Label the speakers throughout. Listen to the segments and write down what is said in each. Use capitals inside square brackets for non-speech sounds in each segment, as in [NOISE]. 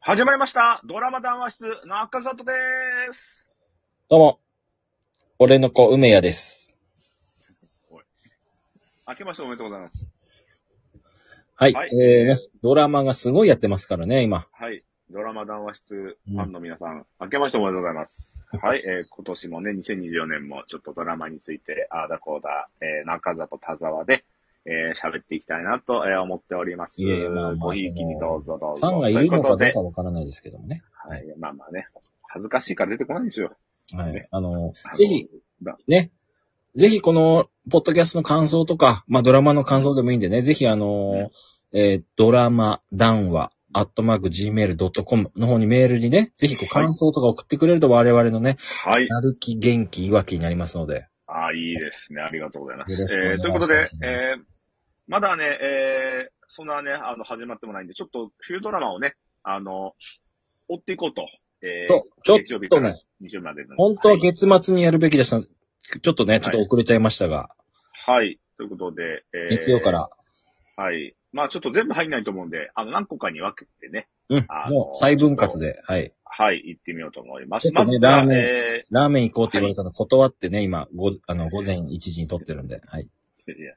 Speaker 1: 始まりました。ドラマ談話室、中里です。
Speaker 2: どうも。俺の子、梅谷です。
Speaker 1: 明けましておめでとうございます。
Speaker 2: はい。
Speaker 1: はい
Speaker 2: えーね、ドラマがすごいやってますからね、今。
Speaker 1: はい。ドラマ談話室ファンの皆さん、明けましておめでとうございます。はい。えー今年もね、2024年もちょっとドラマについて、あーだこうだ、えー中里田沢で、えー喋っていきたいなと、えー思っております。
Speaker 2: いえまあまあ
Speaker 1: ごひいきにどうぞどう
Speaker 2: フ
Speaker 1: ぞ。
Speaker 2: ァンがいるのか
Speaker 1: と
Speaker 2: ど
Speaker 1: いうう
Speaker 2: か
Speaker 1: こ
Speaker 2: わからないですけどもね。
Speaker 1: とで。はい。まあまあね。恥ずかしいから出てこないんですよ。
Speaker 2: はい。あの
Speaker 1: あ、の
Speaker 2: ぜひ、ね、ぜひこの、ポッドキャストの感想とか、まあ、ドラマの感想でもいいんでね、ぜひあの、えードラマ談話、アットマーク gmail.com の方にメールにね、ぜひこう
Speaker 1: はい
Speaker 2: 感想とか送ってくれると我々のね、
Speaker 1: はい。
Speaker 2: やる気元気いわきになりますので。
Speaker 1: ああ、いいですね。ありがとうございます。
Speaker 2: よろしくお願
Speaker 1: え
Speaker 2: いし
Speaker 1: ー
Speaker 2: ます
Speaker 1: ということで、えーまだね、えーそんなね、あの、始まってもないんで、ちょっと冬ドラマをね、あの、追っていこうと。えー
Speaker 2: と、ちょっ
Speaker 1: 月曜日か
Speaker 2: と
Speaker 1: ら
Speaker 2: ね、
Speaker 1: 日曜日までなんで
Speaker 2: 本当は
Speaker 1: はい。
Speaker 2: 月末にやるべきでした。ちょっとね、ちょっと遅れちゃいましたが、
Speaker 1: はいということで、えー
Speaker 2: 月曜から。
Speaker 1: はい。まあちょっと全部入んないと思うんで、あの、何個かに分けてね、
Speaker 2: うん
Speaker 1: あ。の
Speaker 2: もう再分割で、はい。
Speaker 1: はい、行ってみようと思います。
Speaker 2: ちょっと
Speaker 1: ま
Speaker 2: ね
Speaker 1: ずは
Speaker 2: ラーメン
Speaker 1: え
Speaker 2: ラーメン行こうって言われたの断ってね、今、ご、あの、午前1時に撮ってるんで、はい。
Speaker 1: ーいや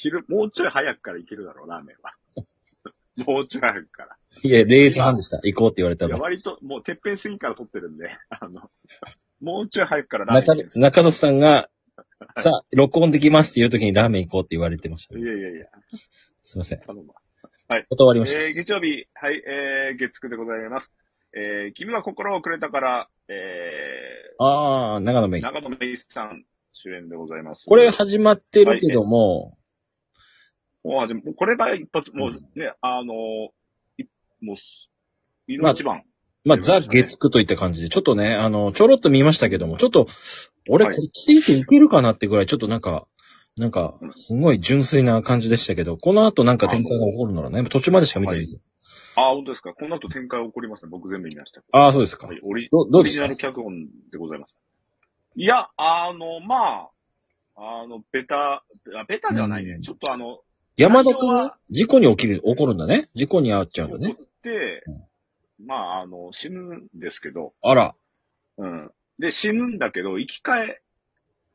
Speaker 1: 昼、もうちょい早くから行けるだろう、ラーメンは。 [LAUGHS] もうちょい早くから。
Speaker 2: いや、0時半でした。行こうって言われた
Speaker 1: いや、
Speaker 2: の。
Speaker 1: 割と、もう、てっぺん過ぎから撮ってるんで、 [LAUGHS] あの、もうちょい早くからラーメン行
Speaker 2: 中
Speaker 1: ってるんで
Speaker 2: 野、中野さんが、さあ、録音できますっていう時にラーメン行こうって言われてました
Speaker 1: す。い。やいやいや、
Speaker 2: すいません。
Speaker 1: 頼むわ。
Speaker 2: 断りました。
Speaker 1: えー、月曜日、はい、えー、月9でございます。えー、君は心をくれたから、え
Speaker 2: あー、長野メ
Speaker 1: ー、
Speaker 2: イ。
Speaker 1: 長野めいさん主演でございます。
Speaker 2: これ始まってるけども、
Speaker 1: もう、でもこれが一発、もうね、あのー、いもう、色一番。
Speaker 2: まあ、
Speaker 1: 出ま
Speaker 2: ザ・
Speaker 1: したね
Speaker 2: 月9といった感じで、ちょっとね、あの、ちょろっと見ましたけども、ちょっと、俺、
Speaker 1: は
Speaker 2: こ
Speaker 1: い
Speaker 2: れついていけるかなってぐらい、ちょっとなんか、なんか
Speaker 1: うん、
Speaker 2: すごい純粋な感じでしたけど、この後なんか展開が起こるならね、途中までしか見てない。
Speaker 1: ああ、本当ですか。この後展開起こりますね。僕全部見ましたけ
Speaker 2: ああ、そうです
Speaker 1: ど。
Speaker 2: か
Speaker 1: は。い、オリ
Speaker 2: どど
Speaker 1: オ
Speaker 2: うで
Speaker 1: リジ
Speaker 2: す
Speaker 1: ナ
Speaker 2: か
Speaker 1: ル脚本でございます。いや、あの、まあ、あの、ベタ、あベタではないね。
Speaker 2: うん
Speaker 1: ちょっとあの、
Speaker 2: 山田くん
Speaker 1: 内容は
Speaker 2: は事故に起きる、起こるんだね。事故に遭っちゃうんだ
Speaker 1: 怒
Speaker 2: ね。
Speaker 1: って、まあ、あの、死ぬんですけど、
Speaker 2: あら。
Speaker 1: うん。で、死ぬんだけど、生き返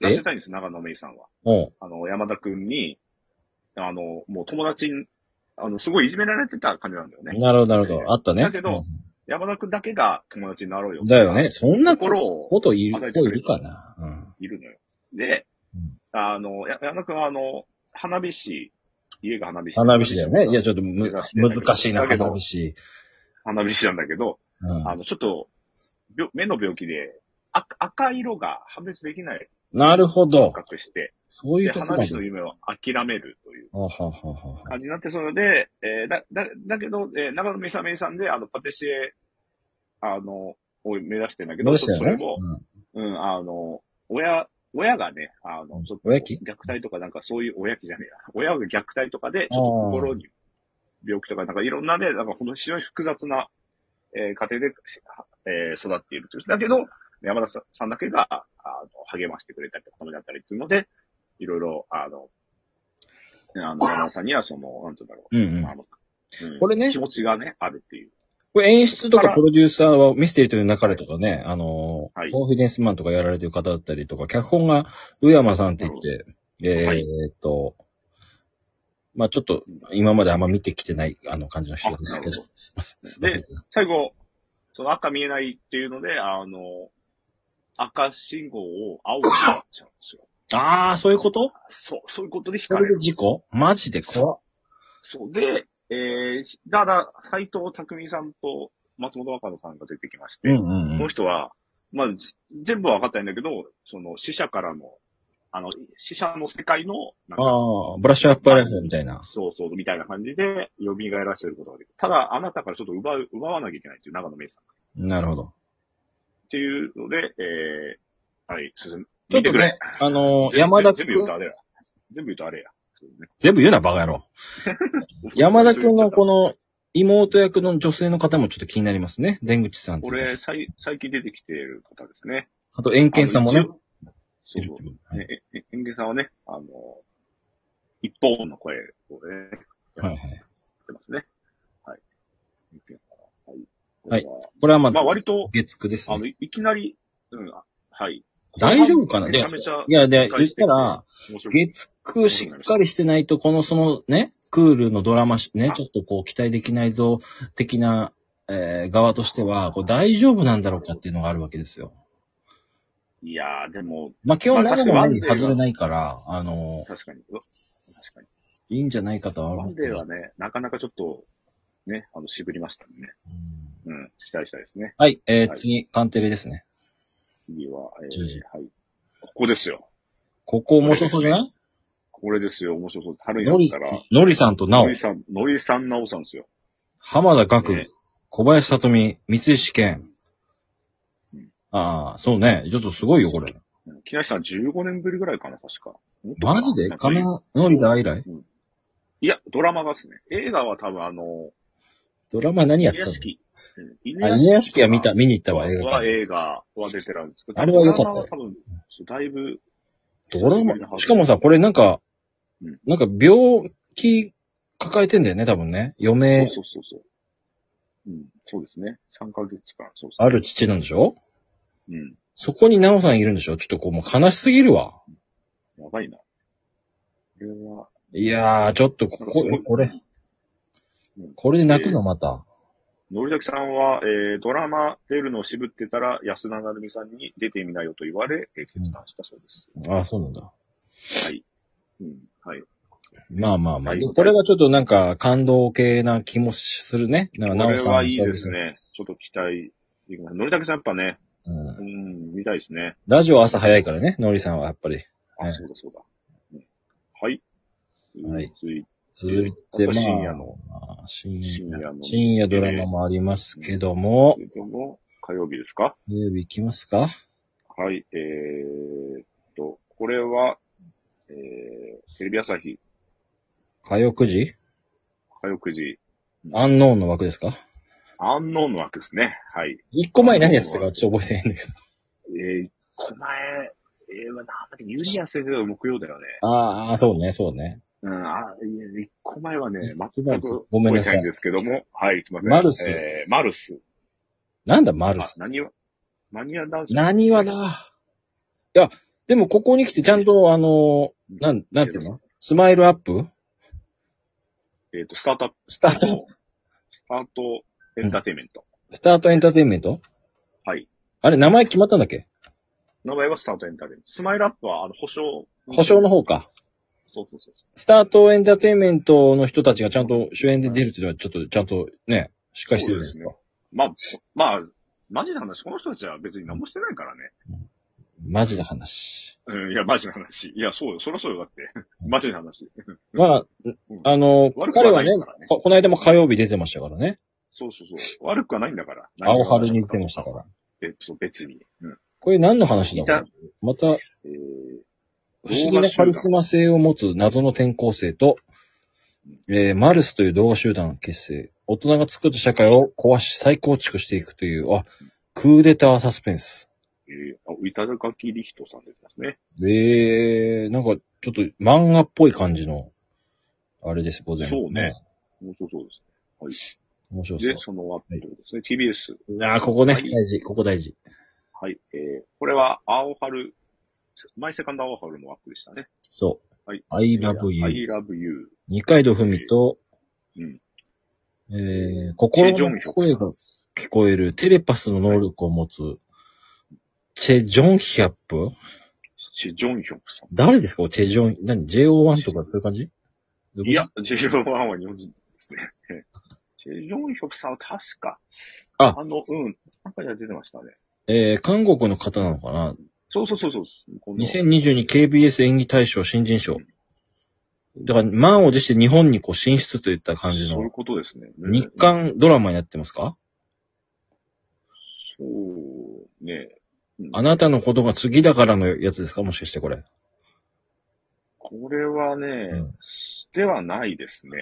Speaker 1: らせたいんです、長野めいさんは。
Speaker 2: おう
Speaker 1: あの、山田くんに、あの、もう友達に、あの、すごいいじめられてた感じなんだよね。
Speaker 2: なるほど、なるほど。あったね。
Speaker 1: だけど山田くんだけが友達になろうよ
Speaker 2: う。んだよね。。そんな
Speaker 1: と
Speaker 2: こ
Speaker 1: ころを、
Speaker 2: とい
Speaker 1: 与え
Speaker 2: る、
Speaker 1: て
Speaker 2: 子
Speaker 1: く
Speaker 2: い
Speaker 1: れる
Speaker 2: るかな。うん。
Speaker 1: いるのよ。で
Speaker 2: うん、
Speaker 1: あの、や山田くんはあの、花火師、家が花火師。
Speaker 2: 花火師だよね。いや、ちょっとむ
Speaker 1: だけど
Speaker 2: 難しいな、
Speaker 1: だけど
Speaker 2: 花火師。
Speaker 1: 花火師なんだけど、
Speaker 2: うん。
Speaker 1: あの、ちょっと、病目の病気で、赤赤色が判別できない
Speaker 2: なるほど。
Speaker 1: 覚して、
Speaker 2: そうい
Speaker 1: で、
Speaker 2: うところ
Speaker 1: 花
Speaker 2: ま
Speaker 1: 火
Speaker 2: で
Speaker 1: 師の。夢を諦めるという
Speaker 2: あはははは
Speaker 1: 感じになって、それで、えーだ、だ、だけど、えー長野めいさんめいさんで、あの、パティシエ、あの、を目指してんだけ
Speaker 2: ど
Speaker 1: ど、
Speaker 2: う
Speaker 1: ち
Speaker 2: し
Speaker 1: ょ
Speaker 2: た
Speaker 1: っと
Speaker 2: よ
Speaker 1: そ
Speaker 2: ね
Speaker 1: れ。も、うん、あの、親、親がね、あの、ちょっと、
Speaker 2: 親機
Speaker 1: 虐待とかなんかそういう親機じゃねえや。親が虐待とかで、ちょっと心に、病気とか、なんかいろんなね、なんかほんと非常に複雑な、えー家庭で、えー育っているという。だけど、山田さんだけが、あの、励ましてくれたりとか、ためだったりっていうので、いろいろ、あの、あの、山田さんには、その、なんて言うんだろ
Speaker 2: うん。う
Speaker 1: う。
Speaker 2: んう
Speaker 1: あ
Speaker 2: ん。
Speaker 1: のうん
Speaker 2: これね
Speaker 1: 気持ちがね、あるっていう。
Speaker 2: これ演出とかプロデューサーはミステリーという流れとかね、あのー、
Speaker 1: はい
Speaker 2: コンフィデンスマンとかやられてる方だったりとか、脚本が上山さんって言って、え
Speaker 1: はい
Speaker 2: ーっと、まあちょっと今まであんま見てきてないあの感じの人ですけ
Speaker 1: あなる
Speaker 2: ど
Speaker 1: ほ、
Speaker 2: すいません。すいません
Speaker 1: 最後、その赤見えないっていうので、あの、赤信号を青になっちゃうんですよ。 [LAUGHS]
Speaker 2: あー、そういうこと
Speaker 1: そう、そういうことで
Speaker 2: そ
Speaker 1: 光
Speaker 2: れ
Speaker 1: る
Speaker 2: で。事故マジで怖っ
Speaker 1: そう。で、えー、だから、斎藤匠さんと松本若菜さんが出てきまして、
Speaker 2: うんう
Speaker 1: こ
Speaker 2: んう
Speaker 1: の
Speaker 2: ん。
Speaker 1: 人は、まあ、じ全部は分かったんだけど、その死者からの、あの、死者の世界の、なんか、
Speaker 2: あー、ブラッシュアップライフみたいな。
Speaker 1: そうそう、みたいな感じで、蘇らせることができる。ただ、あなたからちょっと奪う、奪わなきゃいけないっていう長野めいさん。
Speaker 2: なるほど。
Speaker 1: っていうので、えー、はい、進む。
Speaker 2: ちょっと
Speaker 1: 見てくれ
Speaker 2: ね、あのー、
Speaker 1: 全部
Speaker 2: 山田く
Speaker 1: 全部言うんと、あれや。全部言うとあれや。そうね
Speaker 2: 全部言うな、バカ野郎。山田くんのこの妹役の女性の方もちょっと気になりますね。出口さんと
Speaker 1: こ。れ、さい最近出てきている方ですね。
Speaker 2: あと、エンケンさんも
Speaker 1: あ
Speaker 2: ね
Speaker 1: の。。一応そう
Speaker 2: いる
Speaker 1: そう。ね、え、え、エンケンさんはね、あの、一本の声をね、
Speaker 2: はいはい。
Speaker 1: やってますね。はい。エンケンさんは
Speaker 2: はい
Speaker 1: これは
Speaker 2: これはま
Speaker 1: まあ
Speaker 2: あ、
Speaker 1: 割と、
Speaker 2: 月9です
Speaker 1: あ
Speaker 2: ね。
Speaker 1: の、いきなり、うん、はい。
Speaker 2: 大丈夫かな
Speaker 1: めちゃめちゃ
Speaker 2: いや、で、
Speaker 1: 返
Speaker 2: 言っ
Speaker 1: して
Speaker 2: たら、
Speaker 1: 面白い。
Speaker 2: 月9しっかりしてないと、このそのね、クールのドラマしね、ちょっとこう期待できないぞ、的な、えー側としては、こう大丈夫なんだろうかっていうのがあるわけですよ。
Speaker 1: いやー、でも、
Speaker 2: まあ、基本何も
Speaker 1: まあ
Speaker 2: な
Speaker 1: 確
Speaker 2: い
Speaker 1: かに
Speaker 2: 外れないから、あの、
Speaker 1: 確かに。うわ確かに。
Speaker 2: いいんじゃないかとは
Speaker 1: ワ
Speaker 2: 思う
Speaker 1: ンデーはね、なかなかちょっと、ね、あの、渋りましたね。
Speaker 2: うん
Speaker 1: うん、期待したいですね。
Speaker 2: はい、えー
Speaker 1: はい
Speaker 2: 次、カンテレですね。
Speaker 1: 次は、え
Speaker 2: 10時
Speaker 1: ー、はい。ここですよ。
Speaker 2: ここ面白そうじゃない
Speaker 1: これですよ、面白そう。春に
Speaker 2: ノ
Speaker 1: なっ
Speaker 2: リ
Speaker 1: たら、、
Speaker 2: ノリさんとナオ
Speaker 1: ノイ、さん、ノイさん、ナオさんですよ。
Speaker 2: 浜田岳、
Speaker 1: ね
Speaker 2: 小林里美、三石健
Speaker 1: うん。
Speaker 2: ああ、そうね。ちょっとすごいよ、これ。
Speaker 1: うん木梨さん15年ぶりぐらいかな、確か。もっとかな
Speaker 2: マジで
Speaker 1: なんか
Speaker 2: 仮面ノリダ以来
Speaker 1: いや、ドラマがですね。映画は多分あの、
Speaker 2: ドラマ何やってた
Speaker 1: 屋
Speaker 2: の
Speaker 1: 敷。うん
Speaker 2: あ、
Speaker 1: 犬
Speaker 2: 犬屋敷は見た、見に行ったわ、映画
Speaker 1: は
Speaker 2: 館。
Speaker 1: 映画は出てるんですけど、
Speaker 2: あれは良かった
Speaker 1: ドラ
Speaker 2: よ
Speaker 1: マは多分、だいぶ、
Speaker 2: ドラマ、しかもさ、これなんか
Speaker 1: うん、
Speaker 2: なんか病気抱えてんだよね、多分ね。余
Speaker 1: そ
Speaker 2: 命
Speaker 1: うそうそうそう。うん、そうですね。3ヶ月間、そうそう。
Speaker 2: ある父なんでしょ
Speaker 1: うん。
Speaker 2: そこにナオさんいるんでしょちょっとこう、もう悲しすぎるわ。
Speaker 1: やばいな。これは、
Speaker 2: いやー、ちょっとこ
Speaker 1: なんかすご
Speaker 2: こ
Speaker 1: い、
Speaker 2: これ、これで泣くのまた。
Speaker 1: のりざきさんは、えー、ドラマ出るのを渋ってたら、安田成美さんに出てみなよと言われ、えー、決断したそうです。
Speaker 2: ああ、そうなんだ。
Speaker 1: はい。うん、はい。
Speaker 2: まあまあまあ。
Speaker 1: はい
Speaker 2: でもこれはちょっとなんか感動系な気もするね。なんか
Speaker 1: こ
Speaker 2: ナオ
Speaker 1: れ
Speaker 2: さん
Speaker 1: はいいです。ね。ちょっと期待できます。のりざきさんやっぱね、
Speaker 2: うん
Speaker 1: うん、見たいですね。
Speaker 2: ラジオ朝早いからね、ノリさんはやっぱり。は
Speaker 1: あ、
Speaker 2: い
Speaker 1: そうだそうだ。うんはい。
Speaker 2: はい
Speaker 1: 続いて
Speaker 2: 続いて、まあ、
Speaker 1: 深夜の
Speaker 2: まあ深
Speaker 1: 深夜
Speaker 2: 夜
Speaker 1: の、
Speaker 2: 深夜ドラマもありますけども、
Speaker 1: けども、火曜日ですか
Speaker 2: 土曜日行きます
Speaker 1: は
Speaker 2: か
Speaker 1: い、えー、っと、これは、えー、テレビ朝日、
Speaker 2: 火曜9時
Speaker 1: 火曜9時、
Speaker 2: アンノーンの枠ですか
Speaker 1: アンノーンの枠ですね。はい。
Speaker 2: 一個前何やってたかちょっと覚えてないんだけど。
Speaker 1: えー、この前、えー、なんだっけ、ユリア先生が木曜だよね。
Speaker 2: ああ、そうね、そうね。
Speaker 1: うん、あ、いや、一個前はね、
Speaker 2: 前
Speaker 1: 全く
Speaker 2: ごめんなさい
Speaker 1: 覚えてんですけども、はい、すいません。
Speaker 2: マルス
Speaker 1: えー、マルス。
Speaker 2: なんだ、マル
Speaker 1: あ
Speaker 2: ス、。
Speaker 1: 何は、マニア男子。
Speaker 2: 何はだ。いや、でもここに来てちゃんと、あの、なん、なんていうのスマイルアップ
Speaker 1: えーっと、スタートアップ。
Speaker 2: スタート、
Speaker 1: スタートエンターテイメント。
Speaker 2: スタートエンターテインメント
Speaker 1: はい。
Speaker 2: あれ、名前決まったんだっけ
Speaker 1: 名前はスタートエンターテイメント。スマイルアップは、あの、保証。
Speaker 2: 保証の。方か。
Speaker 1: そうそうそう。
Speaker 2: スタートエンターテインメントの人たちがちゃんと主演で出るっていうのは、ちょっと、ちゃんとね、しっかりしてるんですか。
Speaker 1: まあ、まあ、マジな話、この人たちは別に何もしてないからね。
Speaker 2: マジな話。
Speaker 1: うん、いや、マジな話。いや、そうよ。そりゃそうよ。だって。マジな話。
Speaker 2: まあ、あの、
Speaker 1: 悪く
Speaker 2: 彼
Speaker 1: はな
Speaker 2: はいね
Speaker 1: ですからね
Speaker 2: こ、この間も火曜日出てましたからね。
Speaker 1: そうそうそう。悪くはないんだから。
Speaker 2: 青春に出てましたから。
Speaker 1: え、そう、別に。うん。
Speaker 2: これ何の話だろうまた、
Speaker 1: えー、
Speaker 2: 不思議なカリスマ性を持つ謎の転校生と、えーマルスという動画集団結成。大人が作った社会を壊し再構築していくという、あ、クーデターサスペンス。
Speaker 1: えー、あ、いただかきりひとさんでますね。
Speaker 2: えー、なんか、ちょっと漫画っぽい感じの、あれです、午前。
Speaker 1: そうね。面白そうです
Speaker 2: 面白
Speaker 1: ね。
Speaker 2: そ
Speaker 1: はい。で、その後ですね、TBS。
Speaker 2: う。ああ、ここね、
Speaker 1: はい
Speaker 2: 大事、ここ大事。
Speaker 1: はい。えー、これは、青春、マイセカンド青春の枠でしたね。
Speaker 2: そう。
Speaker 1: はい
Speaker 2: I love you.
Speaker 1: I love you.
Speaker 2: 二階堂ふみと、
Speaker 1: うん。
Speaker 2: えー、心
Speaker 1: チェジョン
Speaker 2: の
Speaker 1: ヒョク
Speaker 2: 声
Speaker 1: さ
Speaker 2: が
Speaker 1: ん。
Speaker 2: 聞こえるテレパスの能力を持つ、チェ・ジョンヒャップ
Speaker 1: チェジョンヒョクさん。
Speaker 2: 誰ですかチェ・ジョン、何 ?JO1 とかそういう感じ
Speaker 1: いや、、ジェジョンワンは日本人ですね。ジェジョンヒョクさんは確か、
Speaker 2: あ
Speaker 1: あの、うん、なんかで出てましたね。
Speaker 2: えー、韓国の方なのかな
Speaker 1: そうそうそうそう。この
Speaker 2: ?2022KBS 演技大賞新人賞。だから、満を持して日本にこう進出といった感じ
Speaker 1: そういう
Speaker 2: の
Speaker 1: ことですね。うん
Speaker 2: 日。韓ドラマになってますか
Speaker 1: そう、ね。うん
Speaker 2: あなたのことが次だからのやつですかもしかしてこれ。
Speaker 1: これはね、
Speaker 2: うん
Speaker 1: ではないですね。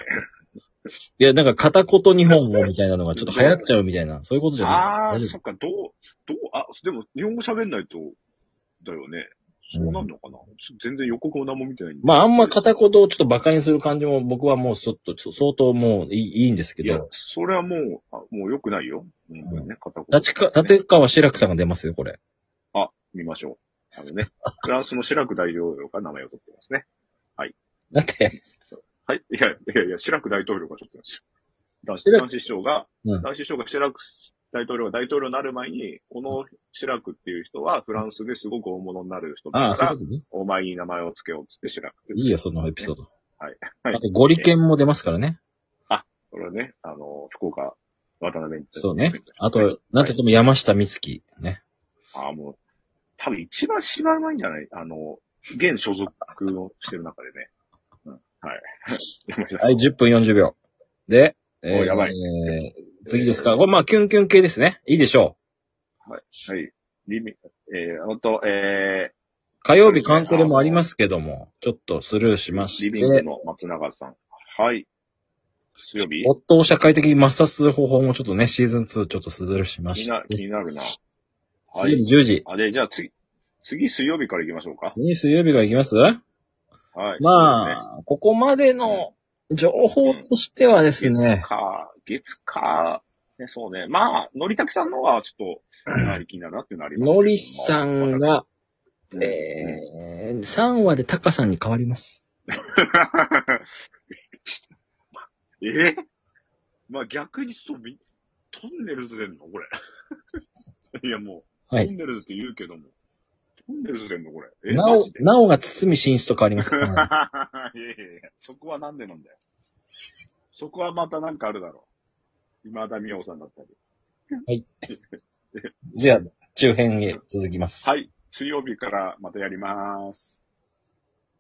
Speaker 2: いや、なんか片言日本語みたいなのがちょっと流行っちゃうみたいな、そういうことじゃない
Speaker 1: あ
Speaker 2: 大
Speaker 1: あ、
Speaker 2: 丈夫
Speaker 1: そっか、どう、どう、あ、でも、日本語喋んないと、だよね。そうなんのかな、全然予告も何も見てないんで。
Speaker 2: まあ、あんま片言をちょっと馬鹿にする感じも僕はもうちょっと、ちょ相当もういいいいんですけ
Speaker 1: いや
Speaker 2: ど、、
Speaker 1: それはもう、あもう良くないよ。本当にね、片言。
Speaker 2: 立川、立川志らくさんが出ますよ、これ。
Speaker 1: あ、見ましょう。あのね、フランスのシラク大統領が名前を取ってますね。
Speaker 2: だって、
Speaker 1: はい。いや、いやいや、シラク大統領が取ってますよ。男子
Speaker 2: シラク
Speaker 1: 男子首相が、
Speaker 2: うん
Speaker 1: 男子首相がシラク大統領が大統領になる前に、このシラクっていう人はフランスですごく大物になる人
Speaker 2: あ
Speaker 1: だ
Speaker 2: あ、そ
Speaker 1: から
Speaker 2: ういう、ことね。
Speaker 1: お前に名前を付けようっつってシラクって。
Speaker 2: いいよ、そのエピソード。
Speaker 1: はい。
Speaker 2: あと、ゴリケンも出ますからね。
Speaker 1: これはね、あの、福岡、渡辺に
Speaker 2: そうね。あと、なんと言っても山下美月。ね。
Speaker 1: ああ、もう、多分一番芝居うまいんじゃないあの、現所属をしてる中でね。うん、
Speaker 2: [LAUGHS]
Speaker 1: はい。山下さん
Speaker 2: はい、10分40秒。で、え
Speaker 1: おやばい
Speaker 2: えー次ですか。これ、まあ、キュンキュン系ですね。いいでしょ
Speaker 1: はい。リミ、えー、あと、え
Speaker 2: う。火曜日カンテレもありますけども、ちょっとスルーしま
Speaker 1: ー、リ
Speaker 2: し
Speaker 1: ビング
Speaker 2: て、
Speaker 1: の松永さん。はい。水曜日
Speaker 2: 夫を社会的に抹殺する方法もちょっとね、シーズン2ちょっとスルーしま
Speaker 1: 気に
Speaker 2: し
Speaker 1: な、気
Speaker 2: て、
Speaker 1: になるな。は
Speaker 2: 次
Speaker 1: い。
Speaker 2: 10時。
Speaker 1: あ、で、じゃあ次、次水曜日から行きましょうか。
Speaker 2: 次水曜日がいきます
Speaker 1: はい。あ、
Speaker 2: まあ、ここまでの情報としてはです
Speaker 1: 月
Speaker 2: ね、
Speaker 1: か、月か、ね、そうね。まあ、のりたきさんのはちょっと、
Speaker 2: [LAUGHS]
Speaker 1: やはり気になるなっていうのはありますけど
Speaker 2: のりさんが、、
Speaker 1: まあ
Speaker 2: えー、3話でタカさんに変わります。
Speaker 1: [LAUGHS] え [LAUGHS] ーまあ逆にそう、みトンネルズでんのこれ。い [LAUGHS] やもう、
Speaker 2: はい
Speaker 1: トンネルズって言うけども、トンネルズでんのこれ。え
Speaker 2: な
Speaker 1: マ
Speaker 2: お
Speaker 1: ジ、で [LAUGHS]
Speaker 2: なおが堤真一と変わります。
Speaker 1: い
Speaker 2: は
Speaker 1: やいやいや、そこはなんでなんだよ。そこはまたなんかあるだろう。今田美桜さんだったり。
Speaker 2: いじゃあ、中編へ続きます。
Speaker 1: はい、水曜日からまたやります。